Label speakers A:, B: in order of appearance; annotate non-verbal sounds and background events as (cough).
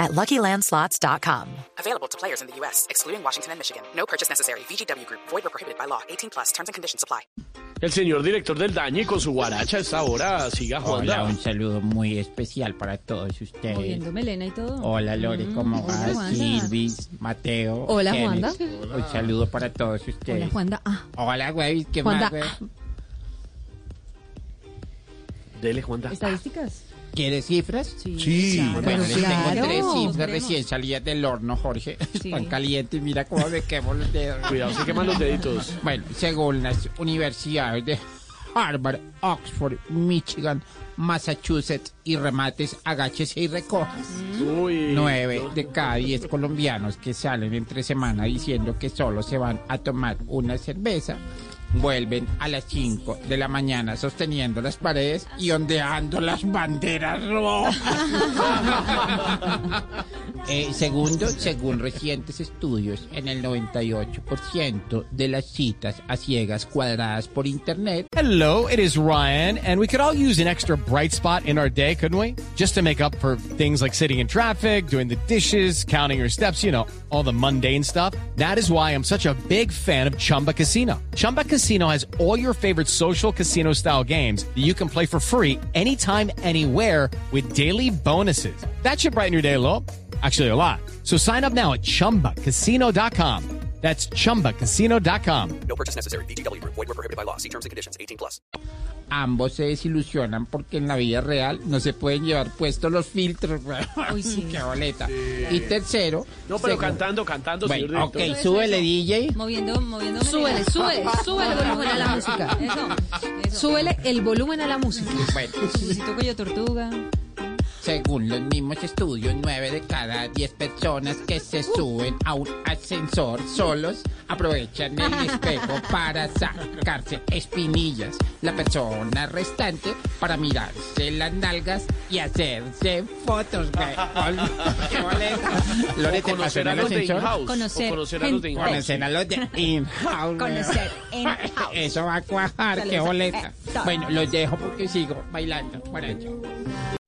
A: at luckylandslots.com.
B: Available to players in the U.S., excluding Washington and Michigan. No purchase necessary. VGW Group, void or prohibited by law. 18 plus terms and conditions apply.
C: El señor director del Dañi con su guaracha a esta hora. Siga
D: Hola,
C: jugando.
D: un saludo muy especial para todos ustedes.
E: Moviendo melena y todo.
D: Hola Lore, ¿cómo
E: hola,
D: vas?
E: Juanda.
D: Silvis, Mateo.
E: Hola,
D: Kenneth.
E: Juanda.
D: Un saludo para todos
E: Hola,
D: ustedes.
E: Juanda. Ah,
D: Hola, güey, ¿qué
E: Juanda.
D: más, güey?
C: Dele, Juanda.
E: ¿Estadísticas?
D: ¿Quieres cifras?
E: Sí.
C: Sí.
E: claro,
D: Bueno, les tengo
E: claro.
D: tres cifras
E: Compremos.
D: recién salidas del horno, Jorge. (laughs)
E: Sí.
D: Están calientes, mira cómo me quemo los dedos.
C: Cuidado, se queman los deditos.
D: Bueno, según las universidades de Harvard, Oxford, Michigan, Massachusetts y remates, agáchese y recojas.
C: Uy.
D: Nueve de cada diez colombianos que salen entre semana diciendo que solo se van a tomar una cerveza, vuelven a las 5 de la mañana sosteniendo las paredes y ondeando las banderas rojas. (laughs) Eh, segundo, según recientes estudios, en el 98% de las citas a ciegas cuadradas por internet
F: Hello, it is Ryan, and we could all use an extra bright spot in our day, couldn't we? Just to make up for things like sitting in traffic, doing the dishes, counting your steps, you know, all the mundane stuff. That is why I'm such a big fan of Chumba Casino. Chumba Casino has all your favorite social casino style games that you can play for free anytime, anywhere with daily bonuses. That should brighten your day, a little. Actually, a lot. So sign up now at chumbacasino.com. That's chumbacasino.com.
G: No purchase necessary. VGW Group. Void were prohibited by law. See terms and conditions. 18 plus.
D: ambos se desilusionan porque en la vida real no se pueden llevar puestos los filtros. (laughs) güey.
E: Uy, sí.
D: Qué boleta. Y tercero.
C: No, pero
D: según-
C: cantando, cantando, señor
D: Bueno, ok,
C: director.
D: súbele, DJ.
E: Moviendo, moviendo Ah, Súbele, súbele, súbele el volumen a la música. ah, Eso, Súbele el volumen a la música.
D: Bueno,
E: Necesito cuello tortuga.
D: según los mismos estudios, nueve de cada 10 personas que se suben a un ascensor solos aprovechan el espejo para sacarse espinillas. La persona restante para mirarse las nalgas y hacerse fotos. güey. Qué boleta. Lore,
C: O
D: ¿te pasó en
C: conocer a
D: el
C: los de
D: ascensor?
C: in-house.
E: Conocer
C: O conocer a los de in-house.
D: Conocer a los de in-house.
E: Conocer
D: Ah, este,
E: in-house.
D: Eso va a cuajar, qué
E: Saludos.
D: boleta.
E: Eh, todo.
D: Bueno, los dejo porque sigo bailando. Bueno, chao.